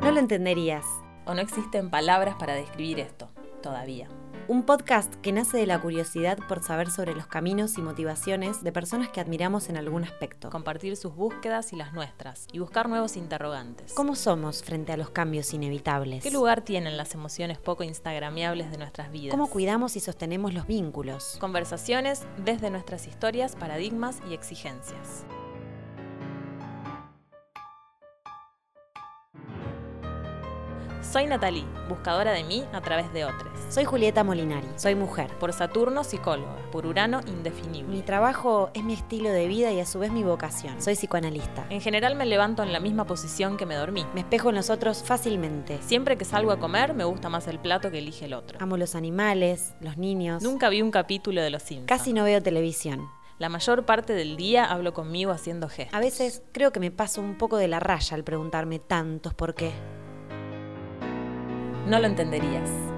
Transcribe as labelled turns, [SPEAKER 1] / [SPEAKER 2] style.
[SPEAKER 1] No lo entenderías.
[SPEAKER 2] O no existen palabras para describir esto, todavía.
[SPEAKER 1] Un podcast que nace de la curiosidad por saber sobre los caminos y motivaciones de personas que admiramos en algún aspecto.
[SPEAKER 2] Compartir sus búsquedas y las nuestras, y buscar nuevos interrogantes.
[SPEAKER 1] ¿Cómo somos frente a los cambios inevitables?
[SPEAKER 2] ¿Qué lugar tienen las emociones poco instagramiables de nuestras vidas?
[SPEAKER 1] ¿Cómo cuidamos y sostenemos los vínculos?
[SPEAKER 2] Conversaciones desde nuestras historias, paradigmas y exigencias. Soy Natalie, buscadora de mí a través de otros.
[SPEAKER 1] Soy Julieta Molinari, soy mujer.
[SPEAKER 2] Por Saturno, psicóloga. Por Urano, indefinible.
[SPEAKER 1] Mi trabajo es mi estilo de vida y a su vez mi vocación. Soy psicoanalista.
[SPEAKER 2] En general me levanto en la misma posición que me dormí.
[SPEAKER 1] Me espejo en los otros fácilmente.
[SPEAKER 2] Siempre que salgo a comer me gusta más el plato que elige el otro.
[SPEAKER 1] Amo los animales, los niños.
[SPEAKER 2] Nunca vi un capítulo de Los Simpsons.
[SPEAKER 1] Casi no veo televisión.
[SPEAKER 2] La mayor parte del día hablo conmigo haciendo gestos.
[SPEAKER 1] A veces creo que me paso un poco de la raya al preguntarme tantos por qué.
[SPEAKER 2] No lo entenderías.